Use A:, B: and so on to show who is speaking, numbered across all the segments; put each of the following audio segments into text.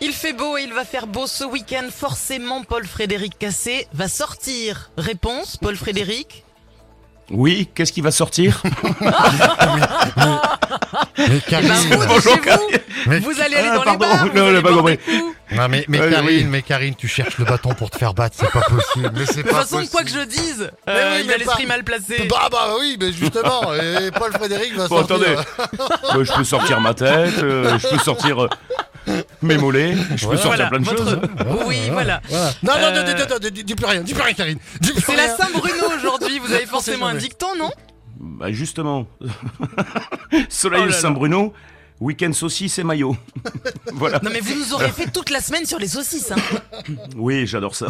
A: Il fait beau et il va faire beau ce week-end. Forcément, Paul-Frédéric Cassé va sortir. Réponse, Paul-Frédéric
B: Oui, qu'est-ce qui va sortir
C: Mais
A: Eh ben,
C: Karine,
A: vous, de chez vous,
C: Mais-
A: vous allez aller
B: Ah,
A: dans
B: pardon,
A: les bars, vous
B: non,
A: allez
B: j'ai pas
A: boire des
B: compris.
A: coups.
C: non, mais, mais
B: Ouais,
C: Karine,
B: oui.
C: mais Karine, tu cherches le bâton pour te faire battre, c'est pas possible. Mais c'est
A: De toute
C: pas
A: façon, quoi que je
C: possible.
A: dise,
C: Mais
A: euh,
C: oui,
A: il
C: mais
A: a l'esprit
C: pas-
A: mal placé.
C: Bah bah oui, mais justement, et Paul Frédéric va
B: Bon,
C: sortir. euh,
B: attendez. Moi, Bah, Je peux sortir ma tête, euh, je peux sortir euh, mes mollets, je peux
C: Voilà,
B: sortir plein de
A: votre-
B: choses.
A: Oui, voilà.
C: Voilà. Non, non, non,
A: Euh,
C: non, non, non, dis dis plus rien, dis plus rien, Karine. Dis plus
A: C'est la
C: rien.
A: Saint-Bruno aujourd'hui, vous avez
C: On sait
A: forcément un
C: jamais.
A: dicton, non
B: Bah justement, Soleil
A: Oh là là.
B: Saint-Bruno, week-end saucisse et maillot. voilà.
A: Non mais vous nous aurez fait toute la semaine sur les saucisses. hein.
B: Oui, j'adore ça.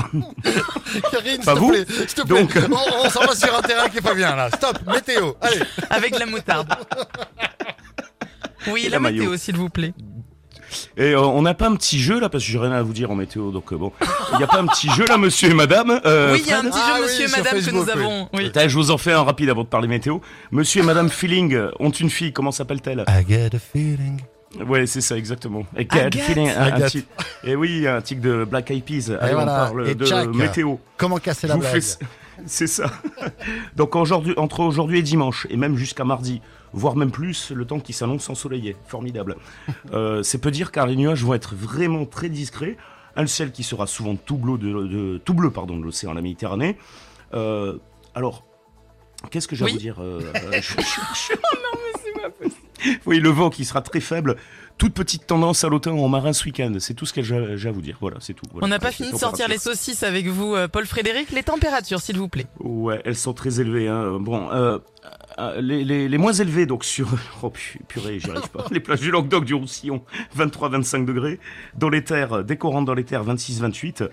C: Karine,
B: Pas
C: s'il te
B: vous
C: plaît, s'il te plaît.
B: Donc. euh.
C: On, on s'en va sur un terrain qui est pas bien là. Stop, météo. Allez.
A: Avec la moutarde. Oui,
B: Et
A: la
B: la mayo.
A: météo, s'il vous plaît.
B: Et euh, on n'a pas un petit jeu là, parce que j'ai rien à vous dire en météo, donc euh, bon. Il n'y a pas un petit jeu là, monsieur et madame euh,
A: oui, il y a un
B: Fred
A: petit jeu,
C: Ah oui,
A: monsieur et
C: sur
A: madame, que
C: Facebook,
A: nous
C: oui.
A: avons. Oui.
B: Attends, Je vous en fais un rapide avant de parler météo. Monsieur et madame Feeling euh, ont une fille, comment s'appelle-t-elle
C: I get a feeling.
B: Ouais, c'est ça, exactement. Et
A: Agathe.
B: Feeling, un, un
C: Agathe.
B: petit- Eh oui, un tic de Black Eyed Peas. Allez,
C: voilà.
B: on parle
C: Et
B: de
C: Jack.
B: météo.
C: Comment casser
B: Je
C: la
B: vous
C: blague
B: fais- C'est ça. Donc aujourd'hui, entre aujourd'hui et dimanche, et même jusqu'à mardi, voire même plus, le temps qui s'annonce ensoleillé. Formidable. Euh, c'est peu dire car les nuages vont être vraiment très discrets. Un ciel qui sera souvent tout bleu de, de- tout bleu, pardon, de l'océan à la Méditerranée. Euh, alors, qu'est-ce que j'ai
A: Oui. Oh
B: à vous dire euh, euh, je- je- Oui, le vent qui sera très faible. Toute petite tendance à l'automne en marin ce week-end. C'est tout ce que j'ai j'ai à vous dire. Voilà, c'est tout. Voilà.
A: On n'a pas
B: Les
A: fini de sortir
B: températures.
A: les saucisses avec vous, euh, Paul Frédéric. Les températures, s'il vous plaît.
B: Ouais, elles sont très élevées. Hein. Bon, euh, euh, les, les, les moins élevées, donc sur. Oh pu- purée, j'y arrive pas. Les plages du Languedoc, du Roussillon, 23-25 degrés. Dans les terres, décorantes dans les terres, 26-28.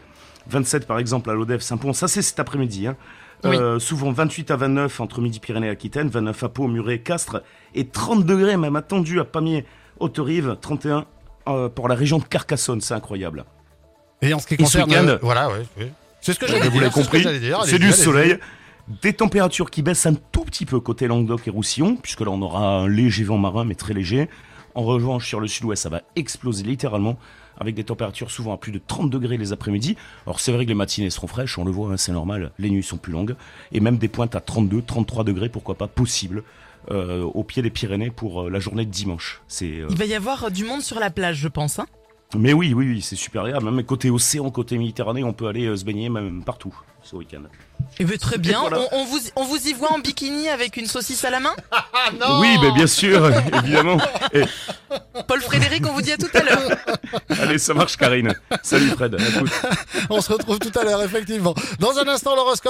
B: 27 par exemple à l'Odève, Saint-Pons. Ça, c'est cet après-midi. Hein.
A: Oui.
B: Euh, souvent 28 à 29 entre Midi-Pyrénées et Aquitaine, 29 à Pau, Muret, Castres. Et 30 degrés même attendu à Pamiers, Haute-Rive, 31 euh, pour la région de Carcassonne. C'est incroyable.
C: Et en ce qui
B: Et ce
C: concerne,
B: week-end
C: euh, voilà, ouais, ouais. c'est ce que j'avais
B: Mais vous l'avez compris, c'est du soleil. Des températures qui baissent un tout petit peu côté Languedoc et Roussillon, puisque là on aura un léger vent marin, mais très léger. En revanche, sur le sud-ouest, ça va exploser littéralement, avec des températures souvent à plus de 30 degrés les après-midi. Alors c'est vrai que les matinées seront fraîches, on le voit, hein, c'est normal, les nuits sont plus longues, et même des pointes à 32, 33 degrés, pourquoi pas, possible, euh, au pied des Pyrénées pour euh, la journée de dimanche. C'est euh,
A: Il va y avoir euh, du monde sur la plage, je pense. hein.
B: Mais oui, oui, oui, c'est super agréable, même côté océan, côté Méditerranée, on peut aller euh, se baigner même partout ce week-end.
A: Eh ben, très bien.
B: voilà.
A: on, on vous, on vous y voit en bikini avec une saucisse à la main.
B: Oui, mais bien sûr, évidemment. Et-
A: Paul Frédéric, on vous dit à tout à l'heure.
B: allez, ça marche, Karine. Salut, Fred. À toutes.
C: On se retrouve tout à l'heure, effectivement. Dans un instant, l'horoscope.